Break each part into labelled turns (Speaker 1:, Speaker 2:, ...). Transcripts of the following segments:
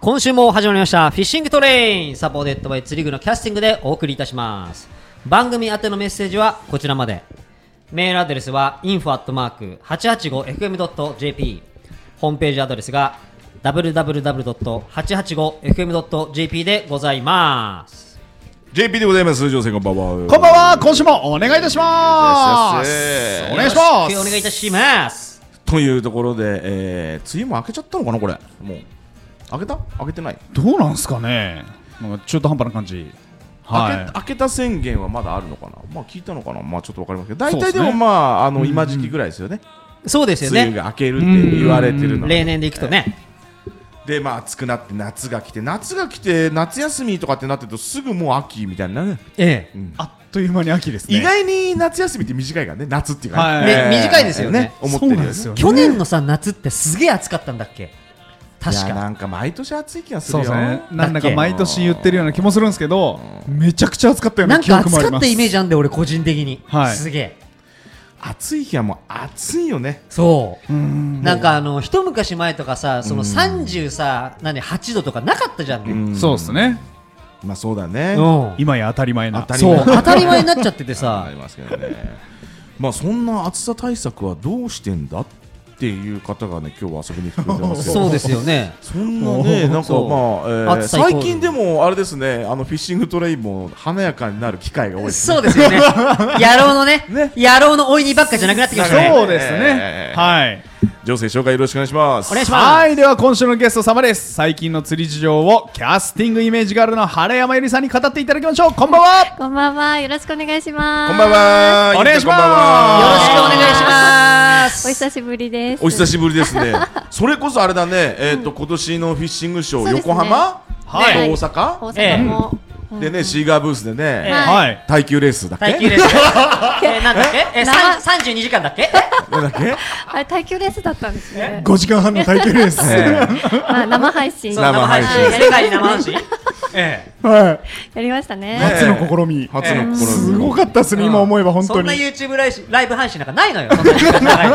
Speaker 1: 今週も始まりましたフィッシングトレインサポーテッドバイ釣り具のキャスティングでお送りいたします番組宛てのメッセージはこちらまでメールアドレスは info.885fm.jp ホームページアドレスが www.885fm.jp でございます
Speaker 2: JP でございます通常戦こんばんは
Speaker 3: こんばんは今週もお願いいたしますお願いしま
Speaker 1: よろしくお願いい
Speaker 3: す
Speaker 1: たします
Speaker 2: というところで、えー、梅雨も明けちゃったのかなこれもう明けた明けてない、
Speaker 3: どうなんすかねなんか中途半端な感じ
Speaker 2: 明け
Speaker 3: は
Speaker 2: 明けた宣言はまだあるのかなまあ聞いたのかなまあちょっとわかりますけど
Speaker 3: そう
Speaker 2: 大
Speaker 3: ですね
Speaker 2: 体でもまああの今時期ぐらいですよね、
Speaker 1: そうですよ
Speaker 2: 梅雨
Speaker 1: ね
Speaker 2: が明けるって言われてるのは
Speaker 1: 例年でいくとね
Speaker 2: でまあ暑くなって夏が来て夏が来て夏休みとかってなってるとすぐもう秋みたいなね
Speaker 1: ええ
Speaker 3: いあっという間に秋ですね
Speaker 2: 意外に夏休みって短いからね夏っていうか
Speaker 3: はい
Speaker 1: ね短いですよね
Speaker 2: 思ってるよ
Speaker 3: そうなん
Speaker 2: ね
Speaker 3: ですよね
Speaker 1: 去年のさ夏ってすげえ暑かったんだっけ確
Speaker 2: いや
Speaker 1: か
Speaker 2: なんか毎年暑い気がす
Speaker 3: そう
Speaker 2: る
Speaker 3: で
Speaker 2: よ
Speaker 3: すね
Speaker 1: け
Speaker 3: なんだか毎年言ってるような気もするんですけどめちゃくちゃ暑かったよう
Speaker 1: な
Speaker 3: なん記
Speaker 1: か
Speaker 3: 憶
Speaker 1: 暑
Speaker 3: もあります
Speaker 1: かったイメージあんで俺個人的に、
Speaker 3: はい
Speaker 1: すげえ
Speaker 2: 暑い日はもう暑いよね
Speaker 1: そう
Speaker 3: うん
Speaker 1: なんかあの一昔前とかさその30さ何8度とかなかったじゃんね、うん
Speaker 3: そうですね
Speaker 2: まあそうだね
Speaker 3: 今や当たり前な
Speaker 2: 当たり
Speaker 1: そう当たり前になっちゃってて
Speaker 2: あ
Speaker 1: さ
Speaker 2: りますけどねまあそんな暑さ対策はどうしてんだっていう方がね今日は遊びに来てくれてますよ
Speaker 1: そうですよね
Speaker 2: そんなね、なんかま
Speaker 1: そう
Speaker 2: あ、えー
Speaker 1: 暑さイコール
Speaker 2: 最近でもあれですね、あのフィッシングトレインも華やかになる機会が多いですね。
Speaker 1: そうですよね野郎のね
Speaker 2: ね
Speaker 1: 野郎のおいにばっかじゃなくなってきましたね
Speaker 3: そうですね
Speaker 2: えー
Speaker 3: はい
Speaker 2: 女性紹介よろしくお願いします。
Speaker 1: お願いします
Speaker 3: はいでは今週のゲスト様です最近の釣り事情をキャスティングイメージガールの晴山ゆりさんに語っていただきましょうこんばんは
Speaker 4: こんばんは。よろしくお願いします。
Speaker 2: こんばん。は。
Speaker 3: お願いします
Speaker 2: こんばん
Speaker 1: よ
Speaker 2: は
Speaker 1: ろしくお願いしま
Speaker 4: お
Speaker 1: す
Speaker 4: 久しぶりです。
Speaker 2: お久しぶりですね。それこそあれだね、えっ、と、今年のフィッシングショー、
Speaker 4: そうですね
Speaker 2: 横浜、
Speaker 3: はい
Speaker 2: と
Speaker 4: はい
Speaker 2: 大阪、
Speaker 4: 大阪も。
Speaker 2: でね、シーガーブースでね、
Speaker 4: はい
Speaker 3: はい
Speaker 2: 耐久レースだっけ
Speaker 1: 耐久ですえなんだっけえさん32時間だっけ
Speaker 2: なんだっけ
Speaker 4: あれ、耐久レースだったんですね。
Speaker 3: 5時間半の体験です
Speaker 4: まあ、生配信。
Speaker 1: そう
Speaker 4: は
Speaker 2: 生配信
Speaker 4: はい
Speaker 1: 世界に生配信
Speaker 3: ええ
Speaker 4: いやりましたね。
Speaker 3: 初の試み
Speaker 2: 初の試み
Speaker 3: すごかったですね今思えば本
Speaker 1: そ
Speaker 3: 当
Speaker 1: んな
Speaker 3: に
Speaker 1: YouTube ライブライブ配信なんかないのよそんな時間長いの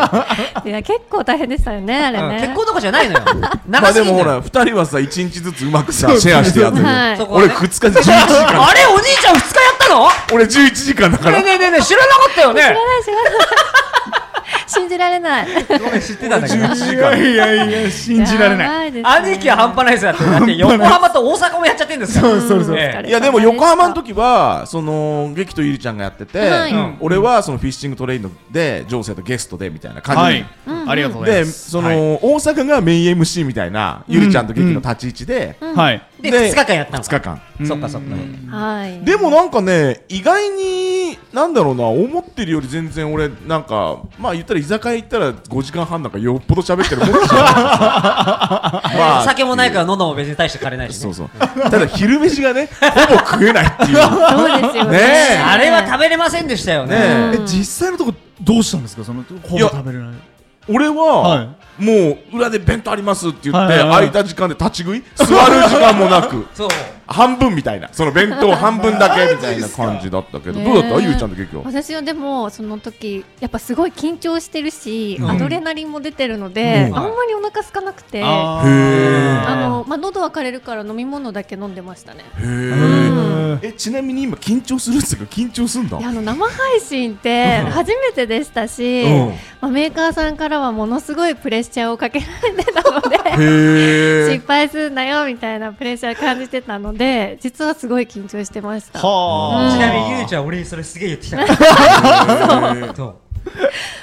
Speaker 4: いや、結構大変でしたよね、あれ
Speaker 1: うん
Speaker 4: ね。
Speaker 1: 結婚とかじゃない のよ。
Speaker 2: ま
Speaker 1: 長
Speaker 2: あ
Speaker 1: す
Speaker 2: で
Speaker 1: ぎん
Speaker 2: も
Speaker 1: の
Speaker 2: ほ
Speaker 1: よ
Speaker 2: ら、二人はさ、一日ずつうまくさ、シェアしてやってる。
Speaker 4: はい
Speaker 1: そこは
Speaker 2: 俺
Speaker 1: ね
Speaker 2: 2日で11時間。
Speaker 1: あれお兄ちゃん二日やったの？
Speaker 2: 俺11時間だか
Speaker 1: ねえ
Speaker 2: ら。
Speaker 1: ねえねえねえ知らなかったよね
Speaker 4: 知。らない、知らない。信じられない。
Speaker 1: ごめん知ってたんだけど。
Speaker 2: 11時
Speaker 3: い
Speaker 2: 間
Speaker 3: や。いやいや信じられない
Speaker 4: い。
Speaker 1: 兄貴は半端ないですよ。だって横浜と大阪もやっちゃってんですから。
Speaker 3: そうそうそう
Speaker 1: え
Speaker 2: いやでも横浜の時はその劇とゆりちゃんがやってて、
Speaker 4: はい
Speaker 2: うん俺はそのフィッシングトレインので情勢とゲストでみたいな感じ、
Speaker 3: はいありがとうござい
Speaker 2: で
Speaker 3: ます
Speaker 2: その、
Speaker 3: はい
Speaker 2: 大阪がメイン MC みたいなゆりちゃんと劇の立ち位置で、
Speaker 3: はい
Speaker 1: えで
Speaker 2: で
Speaker 1: 二日間やったのか。
Speaker 2: 2日間
Speaker 1: そっかそっか。
Speaker 4: はい。
Speaker 2: でもなんかね意外になんだろうな思ってるより全然俺なんかまあ言ったら居酒屋行ったら5時間半なんかよっぽど喋ってるもん ま
Speaker 1: お酒もないからら喉も別に大して枯れないし
Speaker 2: そ
Speaker 1: ね
Speaker 2: う。そうただ昼飯がねほぼ食えな いっていう
Speaker 4: そうですよね。
Speaker 2: ねえ
Speaker 1: あれは食べれませんでしたよね。
Speaker 2: ね
Speaker 3: え実際のとこどうしたんですかそのほ
Speaker 2: いや
Speaker 3: べれない
Speaker 2: 俺
Speaker 3: は
Speaker 2: は、もう裏で弁当ありますって言って、
Speaker 3: はいはいはい
Speaker 2: 空いた時間で立ち食い座る時間もなく
Speaker 1: そう。
Speaker 2: 半分みたいなその弁当半分だけみたいな感じだった けど
Speaker 4: ね
Speaker 2: どうだったゆうちゃんの結局
Speaker 4: 私はでもその時やっぱすごい緊張してるし、
Speaker 2: うん
Speaker 4: アドレナリンも出てるので、
Speaker 2: うん
Speaker 4: あんまりお腹空かなくてあ
Speaker 3: あー
Speaker 1: ー
Speaker 4: の、まあ、喉は枯れるから飲み物だけ飲んでましたね
Speaker 3: へえ
Speaker 2: えちなみに今緊張するっつうか緊張すんだ
Speaker 4: いやあの生配信って
Speaker 2: うん
Speaker 4: 初めてでしたし、
Speaker 2: うん
Speaker 4: まあ、メーカーさんからはものすごいプレッシャーをかけられてたので
Speaker 2: へえ
Speaker 4: 失敗するなよみたいなプレッシャー感じてたので実はすごい緊張してました。
Speaker 3: はあ
Speaker 1: ちなみにゆうち
Speaker 3: ゃん
Speaker 1: ゃん俺にそれすげえ言ってきたから。そう。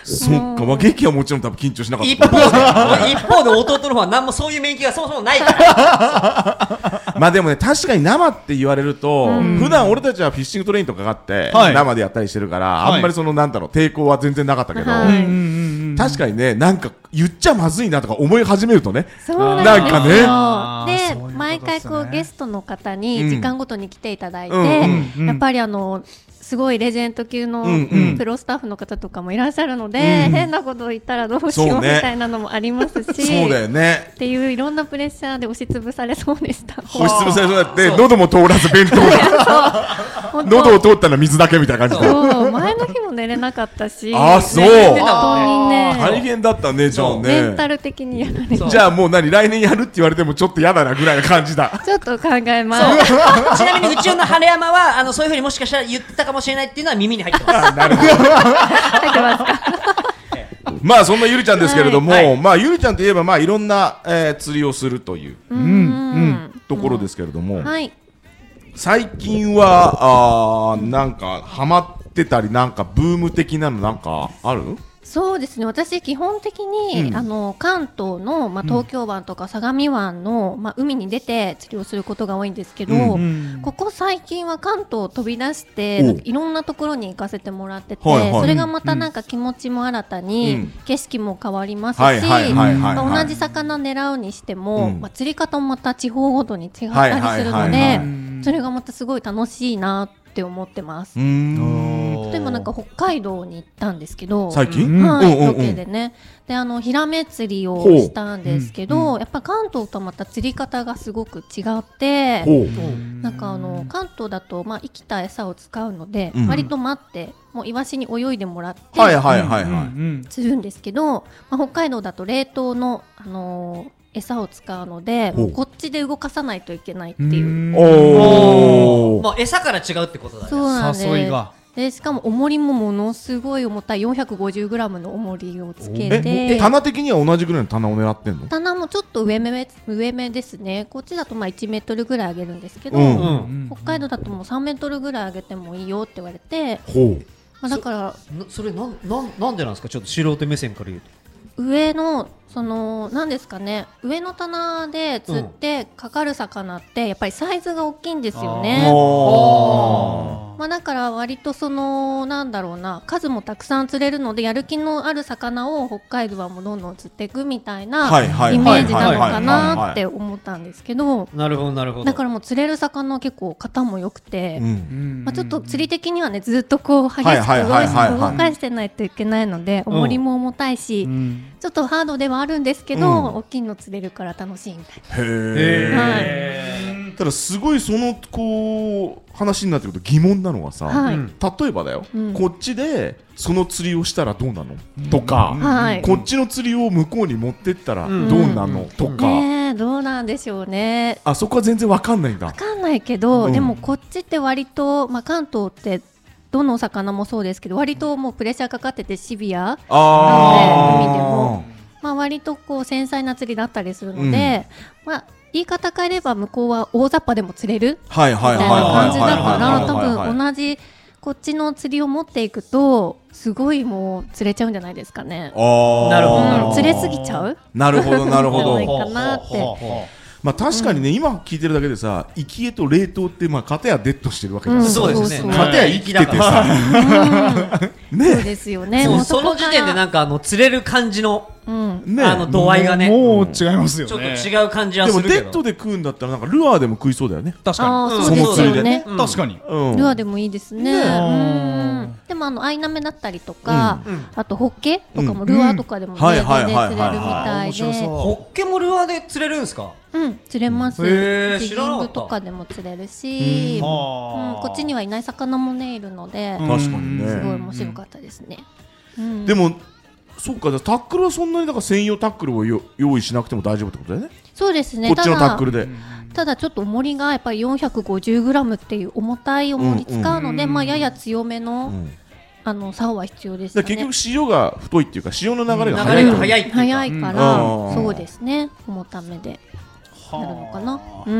Speaker 2: そっかまあ劇はもちろん多分緊張しなかっ
Speaker 1: 一
Speaker 2: た
Speaker 1: 方で一方で弟の方は何もそういう免疫がそもそもないから。
Speaker 2: まあでもね確かに生って言われると、普段俺たちはフィッシングトレインとかがあって、
Speaker 3: はい
Speaker 2: 生でやったりしてるから、
Speaker 3: はい
Speaker 2: あんまりそのなんだろう抵抗は全然なかったけど、
Speaker 4: はい
Speaker 3: うんうんうん
Speaker 2: 確かにね、なんか言っちゃまずいなとか思い始めるとね、
Speaker 4: そうなんですよ
Speaker 3: なんかねあーそういうことっす
Speaker 4: で
Speaker 3: ね
Speaker 4: 毎回こうゲストの方
Speaker 2: う
Speaker 4: に
Speaker 2: ん
Speaker 4: 時間ごとに来ていただいて、
Speaker 2: うんうん
Speaker 3: うん
Speaker 4: やっぱりあのすごいレジェンド級の
Speaker 2: うんうん
Speaker 4: プロスタッフの方とかもいらっしゃるので、
Speaker 2: うん
Speaker 4: 変なことを言ったらどうしよ
Speaker 2: そう
Speaker 4: うみ
Speaker 2: ね
Speaker 4: たいなのもありますし、
Speaker 2: そうだよね。
Speaker 4: っていういろんなプレッシャーで押しつぶされそうでした。
Speaker 2: 押しつぶされそうになって、喉も通らず弁当が。
Speaker 4: 本当
Speaker 2: 喉を通ったら水だけみたいな感じで
Speaker 4: そう前の日も寝れなかったし
Speaker 2: あそう
Speaker 4: ね本当に
Speaker 2: 大
Speaker 4: ね
Speaker 2: 変だったねジョン
Speaker 4: メンタ
Speaker 2: ね
Speaker 4: ル的にやられち
Speaker 1: そ
Speaker 4: ゃ
Speaker 1: う
Speaker 4: う
Speaker 2: じゃあもう何来年やるって言われてもちょっと嫌だなぐらいな感じだ
Speaker 4: ちょっと考えます
Speaker 1: そうちなみに宇宙の晴れ山はあのそういうふうにもしかしたら言ってたかもしれないっていうのは耳に入ってます。
Speaker 4: 入ってますか
Speaker 2: まあそんなゆりちゃんですけれども、
Speaker 1: はいはい
Speaker 2: まあゆりちゃんといえばまあいろんな、えー釣りをするという
Speaker 4: うん
Speaker 2: ところですけれども、
Speaker 4: はい
Speaker 2: 最近はあーなんかハマってたりなんかブーム的なのなんかある
Speaker 4: そうですね私、基本的に、あの関東の、まあ、東京湾とか相模湾の、まあ、海に出て釣りをすることが多いんですけど、
Speaker 2: う
Speaker 4: ここ最近は関東を飛び出して
Speaker 2: お
Speaker 4: なんかいろんなところに行かせてもらってて、
Speaker 2: はいはい
Speaker 4: それがまたなんか気持ちも新たに、
Speaker 2: うん
Speaker 4: 景色も変わりますし、
Speaker 2: はいはいはいはいはい
Speaker 4: まあ同じ魚狙うにしても、
Speaker 2: うん
Speaker 4: まあ、釣り方もまた地方ごとに違ったりする
Speaker 2: はいはいは
Speaker 4: の
Speaker 2: い
Speaker 4: で
Speaker 2: は
Speaker 4: それがまたすごい楽しいなって思ってます
Speaker 2: う。ーん
Speaker 4: 例えばなんか北海道に行ったんですけど
Speaker 2: 最近、
Speaker 3: うん
Speaker 4: はい、
Speaker 2: うんうんうん
Speaker 4: ロケでね。で、あの、ヒラメ釣りを
Speaker 2: ほう
Speaker 4: したんですけど、やっぱ関東とはまた釣り方がすごく違って、
Speaker 2: ほう
Speaker 4: なんかあの、関東だと、まあ、生きた餌を使うので、
Speaker 2: うん
Speaker 4: 割と待って、もうイワシに泳いでもらって、
Speaker 2: はいはいはいはい、
Speaker 4: 釣るんですけど、まあ、北海道だと冷凍の、あのー餌を使うので、
Speaker 2: ほう
Speaker 4: もうこっちで動かさないといけないっていう。
Speaker 2: おー
Speaker 1: もう餌から違うってことだ
Speaker 4: そ
Speaker 1: ね。
Speaker 4: うなんです。
Speaker 3: 誘いが
Speaker 4: で、しかも重りもものすごい重たい 450g の重りをつけて。
Speaker 2: え棚的には同じぐらいの棚を狙ってんの
Speaker 4: 棚もちょっと上目上目ですねこっちだとまあ1メートルぐらい上げるんですけど、
Speaker 2: うん
Speaker 1: うん。
Speaker 4: 北海道だともう3メートルぐらい上げてもいいよって言われて、
Speaker 2: ほう
Speaker 4: まあ、だから
Speaker 1: なそれなんなんなんでなんですかちょっと素人目線から言うと。
Speaker 4: 上のその何ですかね上の棚で釣ってかかる魚ってやっぱりサイズが大きいんですよね。
Speaker 2: あ
Speaker 4: まあ、だから割とそのなんだろうな数もたくさん釣れるのでやる気のある魚を北海道はもうどんどん釣っていくみたいな
Speaker 2: はいはい
Speaker 4: イメ
Speaker 2: はい
Speaker 4: ージなのかなっ
Speaker 2: は
Speaker 4: て思ったんですけど
Speaker 1: なるほどなるほど。
Speaker 4: だからもう釣れる魚結構型も良くて
Speaker 2: ー、うん
Speaker 4: まあ、ちょっと釣り的にはねずっとこう激しく動
Speaker 2: はいはいはいはいはい
Speaker 4: かしてないといけないので重りも重たいし、ちょっとハードではあるんですけど、
Speaker 2: うん
Speaker 4: 大きいの釣れるから楽しいみたいな。
Speaker 2: へえ
Speaker 4: はい
Speaker 2: ただすごいそのこう話になってくると疑問なのがさ、
Speaker 4: はい
Speaker 1: うん
Speaker 2: 例えばだよ、
Speaker 4: うん
Speaker 2: こっちでその釣りをしたらどうなの、とか、
Speaker 4: はい
Speaker 2: こっちの釣りを向こうに持ってったらどうなの、
Speaker 1: うん
Speaker 2: とか、
Speaker 4: ねえどうなんでしょうね。
Speaker 2: あそこは全然わかんないんだ
Speaker 4: わ。かんないけど、
Speaker 2: うん
Speaker 4: でもこっちって割と、まあ、関東ってどのお魚もそうですけど割ともうプレッシャーかかっててシビア、
Speaker 2: あー
Speaker 4: なので見てもまあ、割とこう繊細な釣りだったりするので、まあ、言い方変えれば向こうは大雑把でも釣れる
Speaker 2: はい
Speaker 4: みたいな
Speaker 2: はいはい
Speaker 4: 感じだ
Speaker 2: はいはいはいはい
Speaker 4: か
Speaker 2: はい
Speaker 4: ら多分同じこっちの釣りを持っていくとすごいもう釣れちゃうんじゃないですかね。
Speaker 2: あー
Speaker 1: なるほ
Speaker 4: う
Speaker 1: どなる
Speaker 4: ん、
Speaker 1: ほど
Speaker 4: 釣れすぎちゃう
Speaker 2: なるほどなるほ
Speaker 4: じゃ
Speaker 2: ど
Speaker 4: ないかなっ
Speaker 1: ほう
Speaker 4: て
Speaker 1: ほうほうほ
Speaker 2: まあ確かにね、今聞いてるだけでさ生き餌と冷凍ってまあ片やデッドしてるわけじゃん、
Speaker 1: う
Speaker 4: うん
Speaker 1: そうですね。
Speaker 4: そうそう
Speaker 2: 片や生きててさ、
Speaker 4: そ う
Speaker 2: ね
Speaker 4: ですよね。
Speaker 1: そう
Speaker 4: もう
Speaker 1: そ
Speaker 4: こ
Speaker 1: の
Speaker 4: か
Speaker 1: 時
Speaker 4: ら
Speaker 1: 点でなんかあの釣れる感じの
Speaker 4: うん、
Speaker 2: ね
Speaker 1: あの度合いがね
Speaker 3: もう違いますよね
Speaker 1: ちょっと違う感じは
Speaker 2: ですも
Speaker 1: るけど。
Speaker 2: デッドで食うんだったらなんかルアーでも食いそうだよね、
Speaker 3: 確
Speaker 4: あ
Speaker 3: か
Speaker 4: あ
Speaker 1: うん
Speaker 4: そうですよね。
Speaker 1: うん
Speaker 3: 確かに
Speaker 2: うん、
Speaker 4: ルアーでもいいですね。
Speaker 2: ね
Speaker 4: うんでもあのアイナメだったりとか、
Speaker 1: うん
Speaker 4: あとホッケとか
Speaker 2: う
Speaker 4: もルアーとかでもね、
Speaker 2: うんはい
Speaker 4: 全
Speaker 2: はいはい
Speaker 4: 然
Speaker 2: はい
Speaker 4: 釣れるみたいで、
Speaker 1: ホッケもルアーで釣れるんですか。
Speaker 4: うん釣れます。
Speaker 1: へー
Speaker 4: ジギ
Speaker 1: 知らなか
Speaker 4: ング
Speaker 1: った
Speaker 4: とかでも釣れるし、うんこっちにはいない魚もねいるので、
Speaker 2: 確かにね
Speaker 4: すごい面白かったですね。うん
Speaker 2: でもそうかじゃあタックルはそんなにだから専用タックルをよ用意しなくても大丈夫ってことだよね
Speaker 4: そうですね。
Speaker 2: こっちの
Speaker 4: た
Speaker 2: タ
Speaker 4: だ
Speaker 2: ックルで
Speaker 4: ただちょっと重りがやっぱり 450g っていう重たい重り使うので、
Speaker 3: うん
Speaker 4: まあやや強めの、
Speaker 2: うん
Speaker 4: あの竿は必要でし
Speaker 2: だ
Speaker 4: た
Speaker 2: か
Speaker 4: ね。
Speaker 2: ら結局潮が太いっていうか潮の流れが
Speaker 1: 流
Speaker 2: 速い
Speaker 1: れ
Speaker 2: っ
Speaker 1: が速いっ
Speaker 2: てこと
Speaker 1: ていうか。
Speaker 4: 早いから、
Speaker 2: うん
Speaker 4: そうですね。重ためでなるのかな。うー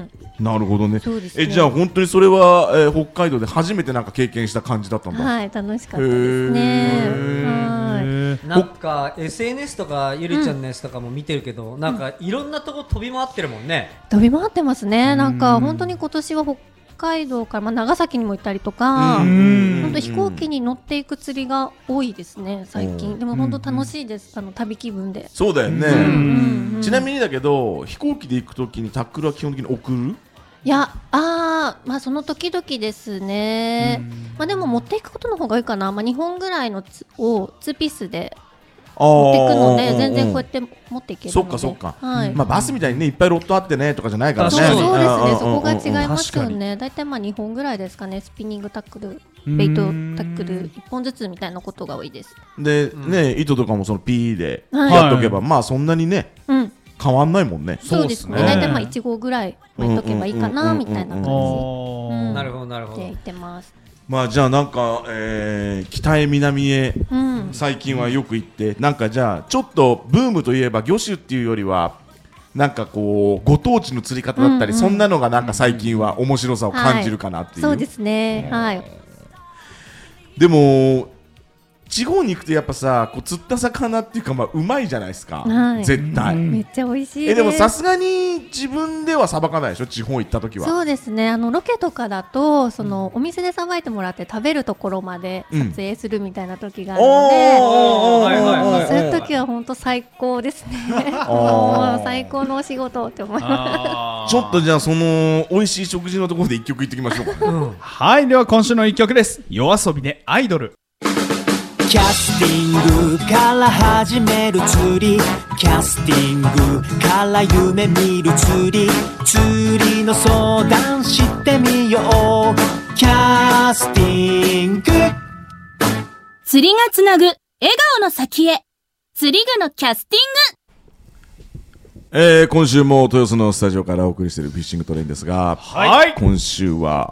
Speaker 4: ん。
Speaker 2: なるほどね
Speaker 4: そうですね
Speaker 2: えじゃあ本当にそれは、えー北海道で初めてなんか経験した感じだったんだ、
Speaker 4: はい、楽しかったですね
Speaker 2: へ。
Speaker 4: は
Speaker 1: なんか SNS とかゆりちゃんのやつとかも見てるけど、なんかいろんなとこ飛び回ってるもんね。
Speaker 4: い。飛び回ってますね。なんか本当に今年は北海道からまあ長崎にも行ったりとか。本当飛行機に乗っていく釣りが多いですね最
Speaker 2: う
Speaker 4: 近
Speaker 2: ん
Speaker 4: でも本当楽しいです、あの旅気分で、
Speaker 2: そうだよね、
Speaker 4: うんんうん
Speaker 2: ちなみにだけど飛行機で行くときにタックルは基本的に送る
Speaker 4: いやあーまあその時々ですね、まあでも持っていくことの方がいいかなまあ2本ぐらいのつをツーピースで持っていくの
Speaker 2: あー
Speaker 4: で
Speaker 2: うん
Speaker 4: 全然こうやって持っていけるの
Speaker 2: そっ
Speaker 4: で
Speaker 2: かそっか
Speaker 4: はい、
Speaker 2: まあバスみたいにねいっぱいロットあってねとかじゃないからね
Speaker 4: そうそう
Speaker 3: 確
Speaker 4: です
Speaker 2: んんん
Speaker 4: ね
Speaker 2: ん
Speaker 4: そこが違いますよ
Speaker 3: 確
Speaker 4: ね大体まあ2本ぐらいですかねスピニングタックルベイトタックル1本ずつみたいなことが多いです
Speaker 2: で、ね糸とかもその P で
Speaker 4: はい
Speaker 2: やっとけば、まあそんなにね
Speaker 4: うん
Speaker 2: 変わんないもんね
Speaker 4: そうですね大体まあ1号ぐらい置いとけばいいかな
Speaker 2: うんうん
Speaker 4: み
Speaker 2: うんうん
Speaker 4: たいな感
Speaker 3: あー
Speaker 1: なるほどなるほ
Speaker 4: じで
Speaker 1: ど
Speaker 4: 言ってます
Speaker 2: まあじゃあなんか、えー北へ南へ
Speaker 4: うん
Speaker 2: 最近はよく行って、なんかじゃあちょっとブームといえば魚種っていうよりはなんかこうご当地の釣り方だったり、
Speaker 4: うんうん
Speaker 2: そんなのがなんか最近は面白さを感じるかなっていう、
Speaker 4: そうですねはい
Speaker 2: でも地方に行くとやっぱさこう釣った魚っていうかまあうまいじゃないですか、
Speaker 4: はい
Speaker 2: 絶対、
Speaker 3: うん
Speaker 4: めっちゃ美味しい
Speaker 2: えでも
Speaker 4: す
Speaker 2: さすがに自分ではさばかないでしょ地方行った時は
Speaker 4: そうですねあのロケとかだとその、お店でさばいてもらって食べるところまで
Speaker 2: うん
Speaker 4: 撮影するみたいな時があるので、
Speaker 2: おーおーおー
Speaker 1: はい
Speaker 4: も
Speaker 1: は
Speaker 4: う
Speaker 1: い
Speaker 4: そういう時は本当最高ですね
Speaker 2: あー
Speaker 4: もう最高のお仕事って思います
Speaker 3: あー
Speaker 2: ちょっとじゃあその美味しい食事のところで一曲いってきましょうかね
Speaker 3: はいでは今週の一曲です夜遊びでアイドル
Speaker 5: キャスティングから始める釣りキャスティングから夢見る釣り釣りの相談してみようキャスティング
Speaker 6: 釣りがつなぐ、笑顔の先へ。釣り具のキャスティング
Speaker 2: えー今週も豊洲のスタジオからお送りしているフィッシングトレインですが、
Speaker 3: はい
Speaker 2: 今週は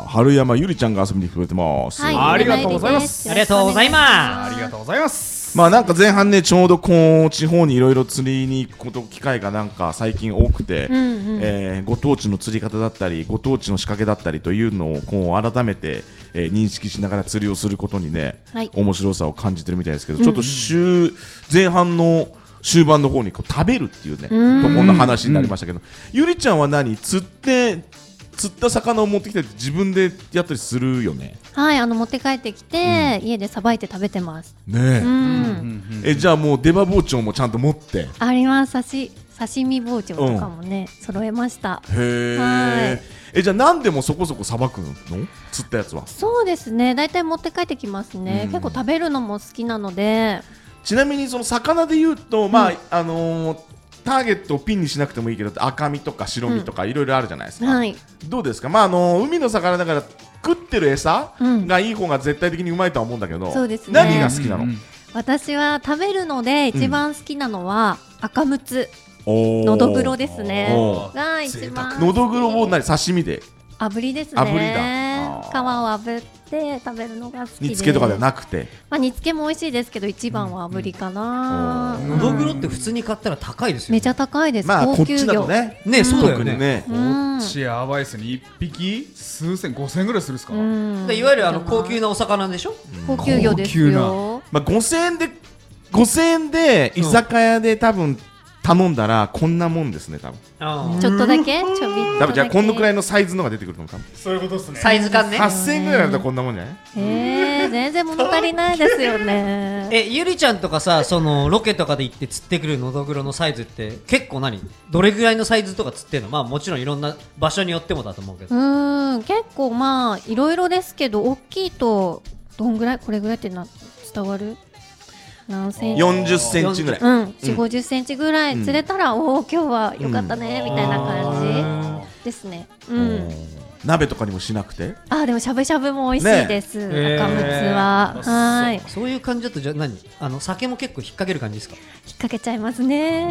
Speaker 2: あー春山ゆりちゃんが遊びに来てくれてます、
Speaker 3: ありがとうございます
Speaker 1: ありがとうございます
Speaker 3: ありがとうございます
Speaker 2: まあなんか前半ねちょうどこう地方にいろいろ釣りに行くこと機会がなんか最近多くて、えーご当地の釣り方だったりご当地の仕掛けだったりというのをこう改めて、えー認識しながら釣りをすることにね、
Speaker 4: はい
Speaker 2: 面白さを感じてるみたいですけど、ちょっと週前半の終盤の方にこう食べるっていうねところの話になりましたけど、ゆりちゃんは何釣って釣った魚を持ってきたり自分でやったりするよね。
Speaker 4: はいあの持って帰ってきて、家でさばいて食べてます
Speaker 2: ねえ
Speaker 4: うん、
Speaker 2: えじゃあもう出刃包丁もちゃんと持って。
Speaker 4: あります刺し刺身包丁とかもね、揃えました
Speaker 2: へ
Speaker 4: は
Speaker 2: え
Speaker 4: い。
Speaker 2: えじゃあ何でもそこそこさばくの釣ったやつは
Speaker 4: そうですね大体持って帰ってきますね、結構食べるのも好きなので
Speaker 2: ちなみにその魚で言うとまあ、あのーターゲットをピンにしなくてもいいけど赤身とか白身とかいろいろあるじゃないですか、
Speaker 4: はい
Speaker 2: どうですかまああのー海の魚だから食ってる餌
Speaker 4: うん
Speaker 2: がいい方が絶対的にうまいとは思うんだけど、
Speaker 4: そうですね
Speaker 2: 何が好きなの、
Speaker 3: うん
Speaker 4: 私は食べるので一番好きなのは赤むつ、
Speaker 2: おー
Speaker 4: のどぐろですね
Speaker 2: おー
Speaker 4: が一番
Speaker 2: のどぐろを何刺身で
Speaker 4: 炙りです
Speaker 2: 炙り
Speaker 4: ね皮を
Speaker 2: だ
Speaker 4: 炙って食べるのが好きで
Speaker 2: 煮付けとかではなくて
Speaker 4: まあ、煮付けも美味しいですけど一番は炙りかな、
Speaker 1: のどぐろって普通に買ったら高いですよ
Speaker 4: めちゃ高いです、
Speaker 2: まあこ
Speaker 4: 高
Speaker 2: っ
Speaker 4: 級
Speaker 2: ちだ
Speaker 4: 魚
Speaker 2: とね
Speaker 1: ねそうだよ
Speaker 2: 特
Speaker 1: ね
Speaker 2: にね
Speaker 4: うん
Speaker 3: こっちやばいっすね一匹数千五千ぐらいするっすか
Speaker 4: うん
Speaker 1: でいわゆるあの高級なお魚でしょ
Speaker 4: 高級魚ですよ
Speaker 2: まあ、5000円で5000円で居酒屋で多分頼んだらこんなもんですね多分
Speaker 1: あ
Speaker 4: ちょっとだけちょびっとだけ
Speaker 2: 多分じゃあこんなくら
Speaker 4: い
Speaker 2: いのサイズのが出てくると思う多分
Speaker 3: そういうことっすね
Speaker 1: サイズ感ね
Speaker 2: 8000円ぐらいだったらこんなもんじゃない
Speaker 4: えー、全然物足りないですよね
Speaker 1: えゆりちゃんとかさそのロケとかで行って釣ってくるのどぐろのサイズって結構何どれぐらいのサイズとか釣ってんのまあもちろんいろんな場所によってもだと思うけ
Speaker 4: う
Speaker 1: ど
Speaker 4: ーん結構まあいろいろですけど大きいとどんぐらいこれぐらいってな伝わる何センチ
Speaker 2: 4 0ンチぐらい
Speaker 4: うん4 5 0センチぐらい釣れたら、おお今日はよかったね、みたいな感じですねうん
Speaker 2: 鍋とかにもしなくて
Speaker 4: あーでもしゃぶしゃぶも美味しいです、赤むつは、はーい引っ
Speaker 1: そういう感じだとじゃあ何あの酒も結構引っ掛ける感じですか
Speaker 4: 掛けちゃいますね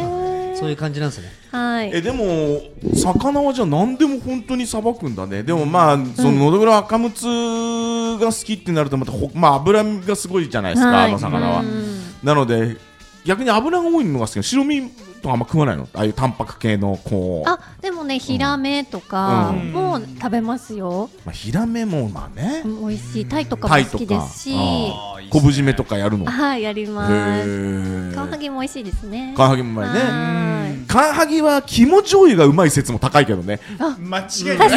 Speaker 1: そういう感じなんですね
Speaker 4: はい
Speaker 2: えでも魚はじゃあ何でも本当にさばくんだねでもまあそののどぐろ赤むつが好きってなるとまたほまあ脂身がすごいじゃないですか、
Speaker 4: はい
Speaker 2: あの魚は
Speaker 4: うん
Speaker 2: なので逆に脂が多いのが好きな白身とかあんま食わないのああいうタンパク系のこう
Speaker 4: あでもねヒラメとか
Speaker 2: うん
Speaker 4: も食べますよ、
Speaker 2: まあ、ヒラメもまあね、
Speaker 4: うん美味しいタイとかも
Speaker 2: タイと
Speaker 4: 好
Speaker 2: か
Speaker 4: きですし
Speaker 2: あー昆布締めとかやるの。へ
Speaker 4: はい、やります。
Speaker 2: え
Speaker 4: カワハギも美味しいですね。
Speaker 2: カワハギも前ね。
Speaker 4: はーい
Speaker 2: カンハギは気持ちお湯がうまい説も高いけどね
Speaker 3: 間違いない
Speaker 4: 確かに。それは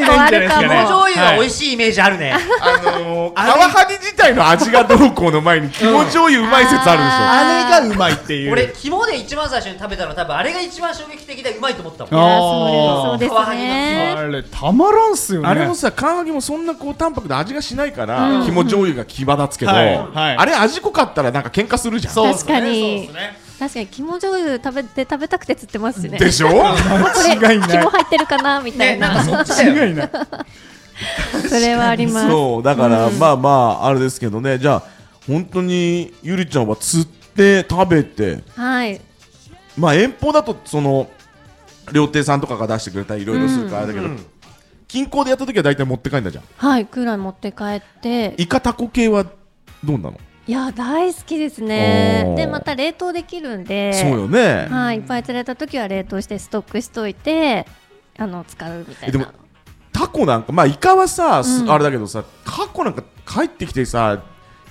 Speaker 4: 結構ある
Speaker 3: はい
Speaker 4: かも。
Speaker 1: 醤油は美味しいイメージあるね。
Speaker 2: あのー、カワハギ自体の味がどうこうの前に気持ちお湯うまい説あ
Speaker 3: あれがうまいっていう
Speaker 1: 俺、肝で一番最初に食べたの多分あれが一番衝撃的でうまいと思った
Speaker 4: い
Speaker 1: もん。
Speaker 4: や
Speaker 3: あー
Speaker 4: そうですそうですね。
Speaker 3: あれたまらんっすよ
Speaker 2: るでしょ、
Speaker 3: ね
Speaker 2: あれもさカンハギもそんなこう淡白で味がしないから、気持ちお湯が際立つけど、
Speaker 3: はいはい
Speaker 2: あれ味濃かったらなんか喧嘩するじゃん
Speaker 3: そうっすね
Speaker 4: 確かに
Speaker 3: そうっすね
Speaker 4: 確かに肝醤油食べて食べたくて釣ってますしね。
Speaker 2: でし ょ
Speaker 4: あこれ
Speaker 3: 間違いない
Speaker 4: 肝入ってるかなみたいな。
Speaker 1: そっちだよ。
Speaker 3: 間違いない
Speaker 4: それはあります。
Speaker 2: そうだから、まあまああれですけどねじゃあ本当にゆりちゃんは釣って食べて
Speaker 4: はい。
Speaker 2: まあ遠方だとその料亭さんとかが出してくれたりいろいろするからあれだけど、近郊でやった時は大体持って帰んだじゃん
Speaker 4: はい、クーラー持って帰って、
Speaker 2: イカタコ系はどうなの、
Speaker 4: いや、大好きです
Speaker 2: お
Speaker 4: ね。
Speaker 2: ー
Speaker 4: で、また冷凍できるんで、
Speaker 2: そうよね、
Speaker 4: はい、いっぱい釣れた時は冷凍してストックしといて、あの、使うみた
Speaker 2: え
Speaker 4: い
Speaker 2: でも
Speaker 4: な。
Speaker 2: タコなんかまあイカはさ、すあれだけどさタコなんか帰ってきてさ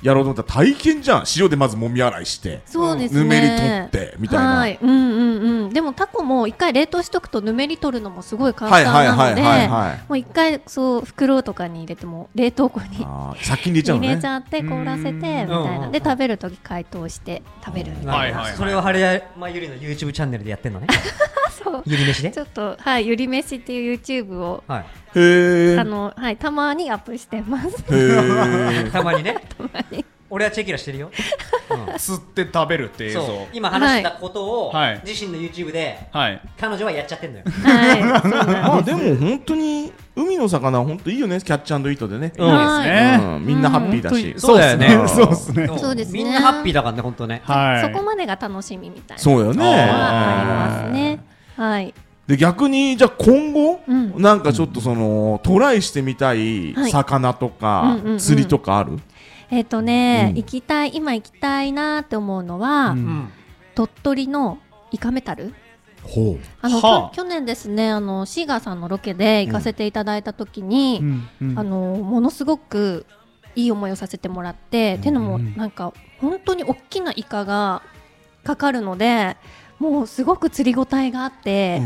Speaker 2: やろうと思ったら大変じゃん塩でまず揉み洗いして
Speaker 4: そうですね。
Speaker 2: ぬめり取ってみたいな
Speaker 4: はい、うんうんうん。でもタコも一回冷凍しとくとぬめり取るのもすごい簡
Speaker 2: はい
Speaker 4: 単
Speaker 2: はいは
Speaker 4: ないので、
Speaker 2: はいはい
Speaker 4: もう一回そう袋とかに入れても冷凍庫に
Speaker 2: あー先に入れちゃう
Speaker 4: 入
Speaker 2: のね
Speaker 4: れちゃって凍らせてみたい
Speaker 1: うん
Speaker 4: な。で食べる時解凍して食べるみたいな。
Speaker 3: はいはいはい
Speaker 1: それを晴れまゆりの YouTube チャンネルでやってんのね。
Speaker 4: そう。
Speaker 1: ゆり飯で
Speaker 4: ち。ょっとはいゆり飯っていう YouTube を
Speaker 1: は
Speaker 2: へー
Speaker 4: あのはいたまにアップしてます。
Speaker 2: へー
Speaker 1: い。たまにね。俺はチェキラしてるよ。
Speaker 3: 釣って食べるって映像
Speaker 1: そう。今話したことを
Speaker 3: はい
Speaker 1: 自身の YouTube で
Speaker 3: はい
Speaker 1: 彼女はやっちゃってんのよ。
Speaker 4: はい。そうなんです
Speaker 2: まあでも本当に海の魚本当いいよねキャッチアンドイートでね、
Speaker 3: そうですね
Speaker 2: うんみんなハッピーだし、
Speaker 3: 本当にそうだよね
Speaker 2: そ
Speaker 3: そうう
Speaker 2: で
Speaker 3: ですすね
Speaker 1: ん
Speaker 4: そうですね
Speaker 1: みんなハッピーだからね、本当ね。
Speaker 3: はい
Speaker 4: そこまでが楽しみみたいな。
Speaker 2: そうだよ
Speaker 4: はありま
Speaker 2: ね
Speaker 4: すね。はい。
Speaker 2: で逆にじゃあ今後、
Speaker 4: うん
Speaker 2: なんかちょっとそのトライしてみたい
Speaker 4: はい
Speaker 2: 魚とか、
Speaker 4: うんうんうん
Speaker 2: 釣りとかある、
Speaker 4: えっ、とね、
Speaker 2: うん
Speaker 4: 行きたい今行きたいなって思うのは、
Speaker 3: うん
Speaker 1: うん。
Speaker 4: 鳥取のイカメタル
Speaker 2: ほ
Speaker 4: あの、
Speaker 3: はあ
Speaker 4: きょ去年ですねあのシーガーさんのロケで行かせていただいた時に、あのものすごくいい思いをさせてもらって、っていうのもなんか本当に大きなイカがかかるのでもうすごく釣りごたえがあって、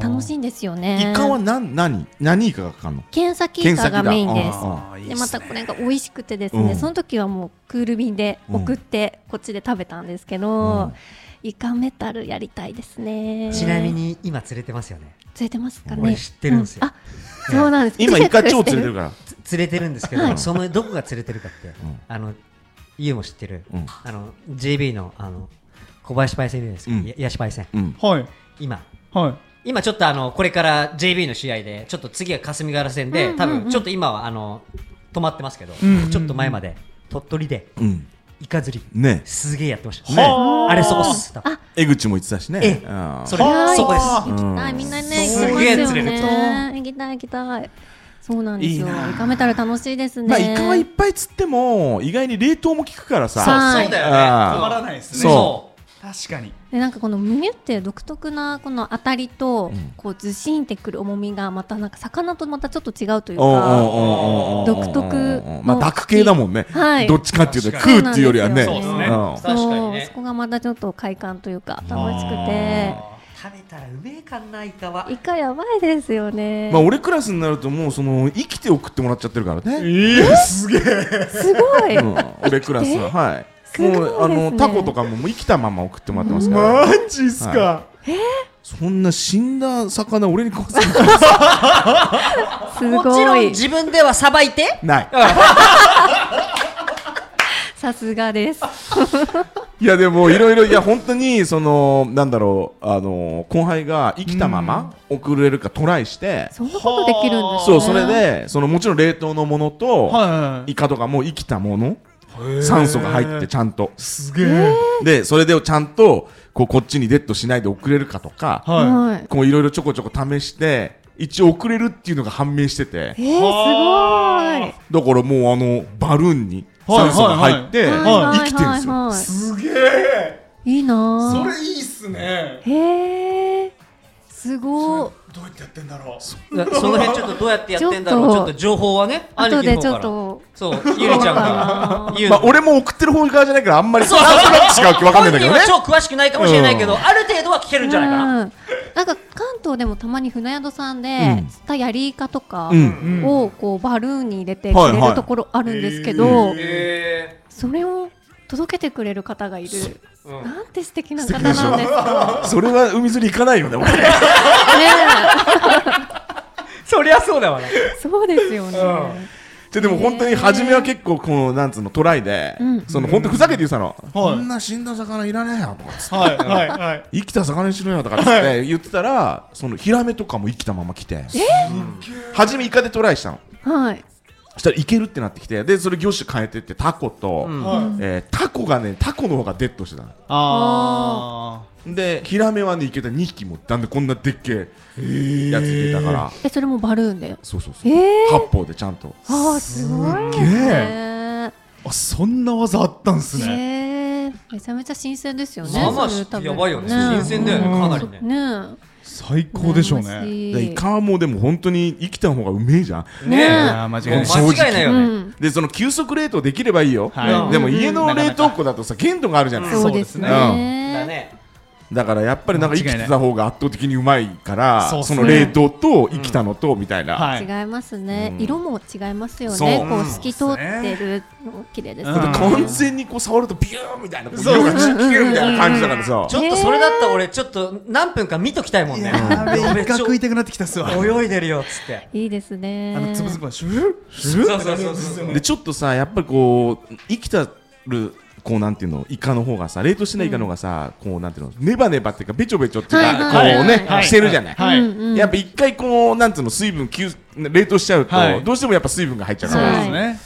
Speaker 4: 楽しいんですよ
Speaker 2: う
Speaker 4: ね
Speaker 2: イカは何何何イカがかかるの
Speaker 4: 剣先イカがメインです
Speaker 2: あ
Speaker 4: でまたこれが美味しくてです
Speaker 2: う
Speaker 4: ね、
Speaker 2: ん
Speaker 4: その時はもうクール便で送ってこっちで食べたんですけど、
Speaker 2: うん
Speaker 4: イカメタルやりたいですね
Speaker 1: ちなみに今釣れてますよね。
Speaker 4: 釣れてますかね
Speaker 1: 俺知ってるんですよ
Speaker 4: うあそうなんです
Speaker 2: 今イカ超釣れてる
Speaker 4: る
Speaker 2: から
Speaker 1: つ釣れてるんですけ
Speaker 2: は
Speaker 1: ど、
Speaker 2: い
Speaker 1: そのどこが釣れてるかって
Speaker 2: ん、
Speaker 1: あの、ゆうも知ってる
Speaker 2: うん、
Speaker 1: あの、JB の、あの、小林パイセンいるんですけ
Speaker 2: うん
Speaker 1: ど、やヤシパイセン。
Speaker 2: うん
Speaker 3: はい
Speaker 1: 今。
Speaker 3: はい
Speaker 1: 今ちょっとあの、これから JB の試合で、ちょっと次は霞ヶ浦戦で、多分、ちょっと今はあの、止まってますけど、
Speaker 3: んうんうん
Speaker 1: ちょっと前まで、鳥取で、
Speaker 2: うん
Speaker 1: イカ釣り、
Speaker 2: ね
Speaker 1: すげえやってました。
Speaker 2: ね
Speaker 1: あれそこっす。多分
Speaker 2: 江口も言ってたしね
Speaker 1: ええ
Speaker 2: あー
Speaker 1: それ
Speaker 4: はい、
Speaker 1: そこです。
Speaker 4: 行きたいみんなね
Speaker 1: す
Speaker 4: 行きま
Speaker 1: げえ
Speaker 4: すよ
Speaker 1: 釣れる
Speaker 4: ね行きたい行きたいそうなんですよ
Speaker 2: いいな
Speaker 4: イカメタル楽しいですね、
Speaker 2: まあイカはいっぱい釣っても意外に冷凍も効くからさ
Speaker 4: はい
Speaker 1: そうだよね
Speaker 2: あー
Speaker 3: たまらないですね
Speaker 1: そう
Speaker 3: 確かに
Speaker 4: でなんかこのミュって独特なこの当たりと、こうずしんってくる重みがまたなんか魚とまたちょっと違うという
Speaker 2: おうおう
Speaker 4: か
Speaker 2: おうおうおうおう
Speaker 4: 独特
Speaker 2: まあ
Speaker 4: の
Speaker 2: ダク系だもんね、
Speaker 4: はい
Speaker 2: どっちかっていうと
Speaker 3: 確
Speaker 2: 食うっていうよりはね
Speaker 4: そ
Speaker 3: なん
Speaker 4: う
Speaker 3: です
Speaker 2: ん
Speaker 3: よ
Speaker 1: 確かに
Speaker 4: そう
Speaker 1: ね
Speaker 4: そ。こがまたちょっと快感というか楽しくて
Speaker 1: 食べたらうめえかな、イカは
Speaker 4: イ。カやばいですよね、
Speaker 2: まあ俺クラスになるともうその生きて送ってもらっちゃってるからね、
Speaker 3: ええすげえ
Speaker 4: すごい、
Speaker 2: うん、俺クラスははい
Speaker 4: すごいですね
Speaker 2: もうあのタコとかももう生きたまま送ってもらってますから、
Speaker 3: ジっす
Speaker 2: はそんな死んだ魚俺に食わせること
Speaker 4: す
Speaker 1: もちろ
Speaker 4: ご
Speaker 1: ん
Speaker 4: い
Speaker 1: 自分ではさばいて、
Speaker 2: ない
Speaker 4: さすがです
Speaker 2: いやでもいろいろいや本当にそのなんだろうあの後輩が生きたまま送れるかトライして、
Speaker 4: そんなことできるんですね
Speaker 2: そうそれでそのもちろん冷凍のものと、
Speaker 3: はい
Speaker 2: イカとかも生きたもの酸素が入ってちゃんと
Speaker 3: すげえ
Speaker 2: でそれでちゃんとこうこっちにデッドしないで送れるかとか、
Speaker 3: は
Speaker 4: はい
Speaker 2: こういろいろちょこちょこ試して一応送れるっていうのが判明してて
Speaker 4: えー、すご
Speaker 3: はい
Speaker 2: だからもうあのバルーンに
Speaker 3: はい
Speaker 2: 酸素が入って
Speaker 3: はい
Speaker 4: は
Speaker 2: 生きてるんですよ
Speaker 4: はい
Speaker 3: すげえ
Speaker 4: い、いいなぁ
Speaker 3: いいっすね
Speaker 4: へえー、すごい
Speaker 3: どうやってやってんだろう
Speaker 1: その辺ちょっとどうやってやってんだろう、ち
Speaker 4: ち
Speaker 1: ょっ
Speaker 4: ょっと
Speaker 1: と情報はね、兄
Speaker 4: 後
Speaker 1: 貴の
Speaker 4: で
Speaker 1: 方
Speaker 4: ち
Speaker 1: か
Speaker 4: ょ
Speaker 1: ら
Speaker 4: っと
Speaker 1: そう、ゆりちゃんが言う
Speaker 2: まあ
Speaker 1: の。
Speaker 2: 俺も送ってる方側じゃないからあんまり
Speaker 1: そう
Speaker 2: なんとなくしか分かんないんだけどね
Speaker 1: 本人は超詳しくないかもしれないけど、ある程度は聞けるんじゃないかな。
Speaker 4: うんなんか関東でもたまに船宿さんで釣ったやりイカとか
Speaker 2: うん
Speaker 4: をこうバルーンに入れて
Speaker 2: は
Speaker 4: く
Speaker 2: い
Speaker 4: れ
Speaker 2: はい
Speaker 4: るところあるんですけど、それを届けてくれる方がいる。なんて素敵な方なんで すか。
Speaker 2: それは海釣り行かないよね俺
Speaker 4: ね
Speaker 1: そりゃそうだわな。
Speaker 4: え、そうですよね。
Speaker 2: ででも本当に初めは結構このなんつうのトライで、
Speaker 4: うん
Speaker 2: その本当ふざけて言ってたの、
Speaker 3: は
Speaker 2: こ
Speaker 3: い
Speaker 2: んな死んだ魚いらねえよとかっつって
Speaker 3: はいはいはい。
Speaker 2: 生きた魚にしろよとかっつって言ってたらそのヒラメとかも生きたまま来て初めイカでトライしたの
Speaker 4: はい。
Speaker 2: そしたらいけるってなってきてでそれ魚種変えてってタコと、
Speaker 3: はい
Speaker 2: えータコがねタコの方がデッドしてたの
Speaker 3: あ
Speaker 2: でヒラメはねいけた2匹もだんだんこんなでっけえやついてたから、
Speaker 4: え、それもバルーンで。
Speaker 2: そうそうそう、
Speaker 4: ええ。
Speaker 2: 八方でちゃんと
Speaker 4: ああ、すごいですね。
Speaker 3: ーあ。そんな技あったんすね。
Speaker 4: へえ、めちゃめちゃ新鮮ですよね。
Speaker 1: まあまあ
Speaker 4: それ食べる
Speaker 1: やばいよね新鮮だよねかなりね
Speaker 4: ね
Speaker 3: 最
Speaker 4: え
Speaker 3: 高でしょうね。
Speaker 4: 羨ま
Speaker 2: で
Speaker 4: し
Speaker 2: イカはもうでも本当に生きた方がうめえじゃん
Speaker 4: ね
Speaker 1: ねえ
Speaker 3: いやー間違いない。
Speaker 2: 正直
Speaker 1: 間違いないよ
Speaker 4: う
Speaker 1: ね。
Speaker 4: ん。
Speaker 2: でその急速冷凍できればいいよ、
Speaker 3: はい
Speaker 2: でも家の冷凍庫だとさ限度があるじゃない、
Speaker 3: ん
Speaker 4: そうです
Speaker 3: そう
Speaker 2: です
Speaker 1: だ
Speaker 4: ね。
Speaker 1: ね。
Speaker 2: だからやっぱりなんか生き
Speaker 3: 間違
Speaker 2: て
Speaker 3: いな
Speaker 2: た方が圧倒的にうまいから
Speaker 3: そうっす
Speaker 2: そ
Speaker 3: ね
Speaker 2: の冷凍と生きたのとみたいな、
Speaker 3: はい。
Speaker 4: 違いますね。
Speaker 2: うん
Speaker 4: 色も違いますよ
Speaker 2: そ
Speaker 4: ね。
Speaker 2: う
Speaker 4: こう透き通ってるの綺麗です
Speaker 3: うん
Speaker 4: ね。
Speaker 2: 完全にこう触るとビューンみたいなこう
Speaker 3: そう
Speaker 2: 色がキューみたいな感じだからさ
Speaker 1: ちょっとそれだったら俺、ちょっと何分か見ときたいもんね。やべ
Speaker 3: 一
Speaker 1: ちょ
Speaker 3: 回食いたくなってきたっすわ。
Speaker 1: 泳いでるよ、つって。
Speaker 4: いいですね。
Speaker 3: あのつぶつぶがシュルシュル
Speaker 1: そうそうそうそう。
Speaker 2: でちょっとさやっぱりこう生きたるこうなんていうのイカの方がさ冷凍してないイカの方がさ、こうなんていうのネバネバっていうかべちょべちょっていうか、
Speaker 4: はいはい
Speaker 2: こうね、
Speaker 3: はい
Speaker 2: してるじゃない、
Speaker 3: はい。
Speaker 4: うんうん
Speaker 2: やっぱ一回こうなんていうの水分急冷凍しちゃうと、
Speaker 3: はい
Speaker 2: どうしてもやっぱ水分が入っちゃうか
Speaker 3: そう
Speaker 2: ら、
Speaker 4: はい
Speaker 3: ですね。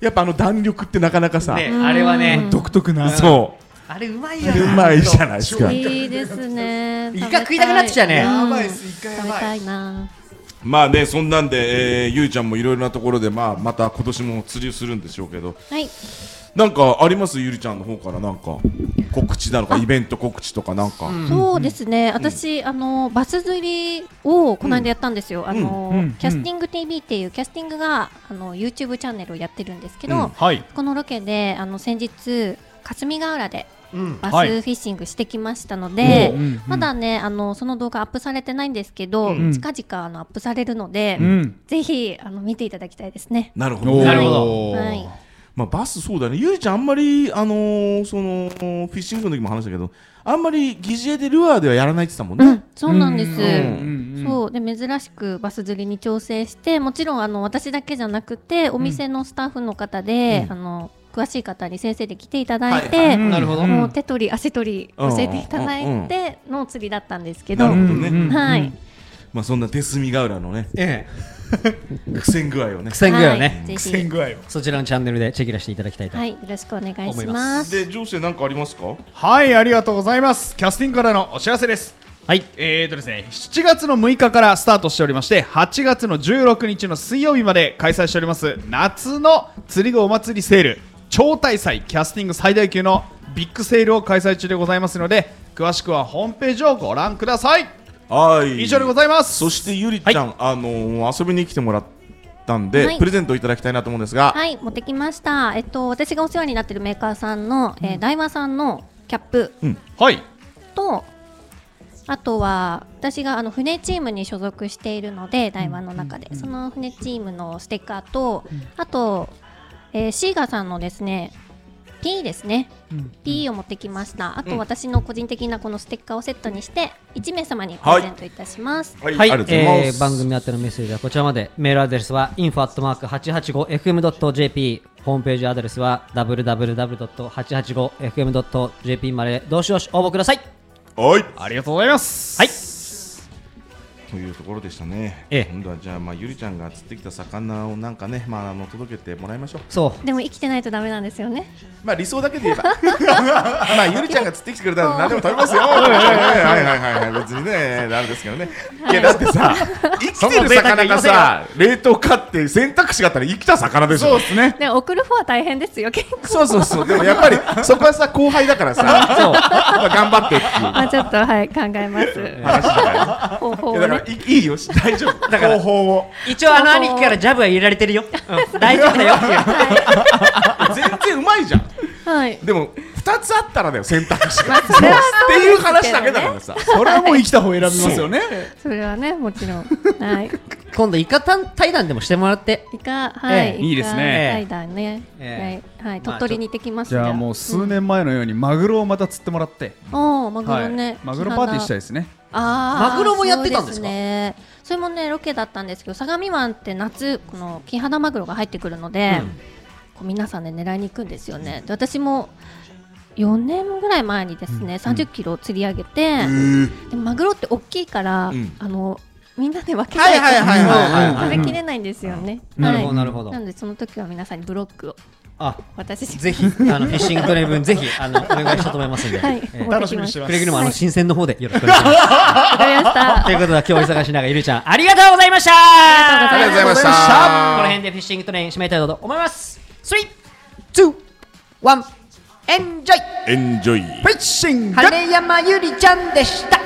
Speaker 2: やっぱあの弾力ってなかなかさ、
Speaker 1: ねあれはね、
Speaker 3: 独特な。
Speaker 2: そ
Speaker 1: あれうまいうよね。
Speaker 2: うまいじゃないですか
Speaker 4: いいですね。
Speaker 1: イカ食いたくなってきたね
Speaker 4: や
Speaker 3: ばいっすイカやばい
Speaker 4: 食べたいな。
Speaker 2: まあねそんなんで、えー、ゆうちゃんもいろいろなところで、まあ、また今年も釣りをするんでしょうけど
Speaker 4: はい。
Speaker 2: なんかありますゆりちゃんの方からなんか告知なのかイベント告知とかなんか、
Speaker 4: そうですね、私、あのバス釣りをこの間やったんですよ、あの
Speaker 3: うん
Speaker 4: キャスティング TV っていうキャスティングがあの YouTube チャンネルをやってるんですけど、
Speaker 2: うん
Speaker 3: はい。
Speaker 4: このロケであの先日霞ヶ浦で
Speaker 1: うん。
Speaker 4: バスフ
Speaker 3: はい
Speaker 4: ィッシングしてきましたので、
Speaker 3: うんうん
Speaker 4: まだねあのその動画アップされてないんですけど、
Speaker 3: ん
Speaker 4: 近々あのアップされるので、
Speaker 3: うん。
Speaker 4: ぜひあの見ていただきたいですね。
Speaker 2: なるほ
Speaker 3: お
Speaker 2: ど
Speaker 3: ー
Speaker 1: なるほ
Speaker 4: はい
Speaker 2: まあ、バスそうだねゆりちゃんあんまりあのーそのフィッシングの時も話したけどあんまり疑似餌でルアーではやらないって言ってたもん
Speaker 4: う
Speaker 2: ね、
Speaker 4: ん、そうなんです。
Speaker 3: うん
Speaker 4: そうで珍しくバス釣りに挑戦してもちろんあの私だけじゃなくてお店のスタッフの方で、あの詳しい方に先生で来ていただいて、
Speaker 3: うん
Speaker 1: なるほど。
Speaker 4: もう手取り足取り教えていただいての釣りだったんですけど、
Speaker 2: なるほどね、
Speaker 3: うんうん
Speaker 4: はい、
Speaker 2: まあそんな手隅ヶ浦のね
Speaker 1: ええ。
Speaker 2: 苦戦具合をね
Speaker 1: 苦戦具合を
Speaker 4: は
Speaker 1: ね
Speaker 4: い、ぜひ
Speaker 3: 線具合を。
Speaker 1: そちらのチャンネルでチェキラしていただきたいと。
Speaker 4: はい、よろしくお願いし
Speaker 1: 思い
Speaker 4: ま。
Speaker 1: ます
Speaker 2: で上司なんかありますか
Speaker 3: はい、ありがとうございます。キャスティングからのお知らせです。
Speaker 1: はい。
Speaker 3: えーとですね、7月の6日からスタートしておりまして8月の16日の水曜日まで開催しております夏の釣り具お祭りセール超大祭キャスティング最大級のビッグセールを開催中でございますので詳しくはホームページをご覧ください
Speaker 2: はい
Speaker 3: 以上でございます
Speaker 2: そしてゆりちゃん、あのー遊びに来てもらったんで、
Speaker 4: はい
Speaker 2: プレゼントいただきたいなと思うんですが、
Speaker 4: はい、持ってきました。えっと私がお世話になってるメーカーさんの、えー、ダイワさんのキャップ
Speaker 3: はい
Speaker 4: とあとは私があの船チームに所属しているので台湾の中でその船チームのステッカーとあと、えーシーガさんのですね P ですね P を持ってきましたあと私の個人的なこのステッカーをセットにして1名様にプレゼントいたします、
Speaker 2: はい
Speaker 1: はい
Speaker 2: ありが、とう
Speaker 1: え
Speaker 2: ございま
Speaker 1: ー
Speaker 2: す、
Speaker 1: 番組宛てのメッセージはこちらまでメールアドレスは info.885fm.jp ホームページアドレスは www.885fm.jp までどしどし応募ください
Speaker 2: はい
Speaker 3: ありがとうございます
Speaker 1: はい
Speaker 2: というところでしたね、
Speaker 1: ええ
Speaker 2: 今度はじゃあ、まあ、ゆりちゃんが釣ってきた魚をなんかね、まあ、あの届けてもらいましょう
Speaker 1: そう
Speaker 4: でも生きてないとダメなんですよね
Speaker 2: まあ理想だけで言え ばまあゆりちゃんが釣ってきてくれた ら何でも食べますよはいはいはいはいはい別にねあれですけどね、い、やだってさ生きてる魚がさ冷凍かって選択肢があったら生きた魚でしょ
Speaker 3: そうですね
Speaker 4: で送る方は大変ですよ 結構
Speaker 2: そうそうそうでもやっぱりそこはさ後輩だからさまあ頑張ってっていう
Speaker 4: まあちょっとはい考えます
Speaker 2: 話だからね
Speaker 4: 方法
Speaker 2: い
Speaker 4: を
Speaker 2: やだからや
Speaker 4: ね
Speaker 2: いいいよし大丈夫
Speaker 1: だから
Speaker 2: 方法を
Speaker 1: 一応あの兄貴からジャブは入れられてるよ、 うん大丈夫だよっていう
Speaker 2: 全然うまいじゃん
Speaker 4: はい。
Speaker 2: でも2つあったらだよ選択肢が
Speaker 4: まあそれは
Speaker 2: って
Speaker 4: そうですけどね
Speaker 2: いう話だけだからさ
Speaker 3: それはもう生きた方選びますよね
Speaker 4: それはね、もちろん。はい。
Speaker 1: 今度イカ対談でもしてもらって
Speaker 4: イカ、はい。
Speaker 1: え
Speaker 3: えいいですね
Speaker 4: イカ対談ね。
Speaker 1: え
Speaker 4: はい。はい。
Speaker 1: まあ
Speaker 4: 鳥取に行ってきます。
Speaker 3: じゃあもう数年前のようにマグロをまた釣ってもらって、
Speaker 4: うん。おお、マグ
Speaker 3: は
Speaker 4: ロ
Speaker 3: い
Speaker 4: ね。
Speaker 3: マグロパーティーしたい
Speaker 4: い。
Speaker 3: ですね
Speaker 4: ああ。
Speaker 1: マグロもやってたんですか
Speaker 4: そうね。それもね、ロケだったんですけど、相模湾って夏、このキハダマグロが入ってくるので。こう皆さんで狙いに行くんですよね。で私も4年ぐらい前にですね、30キロ釣り上げて、でもマグロって大きいから、
Speaker 2: うん
Speaker 4: あのみんなで分けないと、
Speaker 2: はいはい
Speaker 4: 食べきれないんですよね。
Speaker 1: なるほど
Speaker 4: はい
Speaker 1: なるほど
Speaker 4: なのでその時は皆さんにブロックを
Speaker 1: あ
Speaker 4: 私
Speaker 1: ぜひあのフィッシングトレイ分ぜひあのお願いしたいと思いますんで、
Speaker 4: はい、
Speaker 1: ええ
Speaker 4: 楽しみに
Speaker 1: くれぐれもあの新鮮の方でよろしくお願いします
Speaker 4: わかりま した
Speaker 1: という。ことで今日忙しい中ゆりちゃんありがとうございました
Speaker 4: ありがとうございま
Speaker 2: した
Speaker 1: この辺でフィッシングトレイン締めたいと思います321エンジョイ
Speaker 2: エンジョイ
Speaker 3: フィッシング
Speaker 1: 羽山ゆりちゃんでした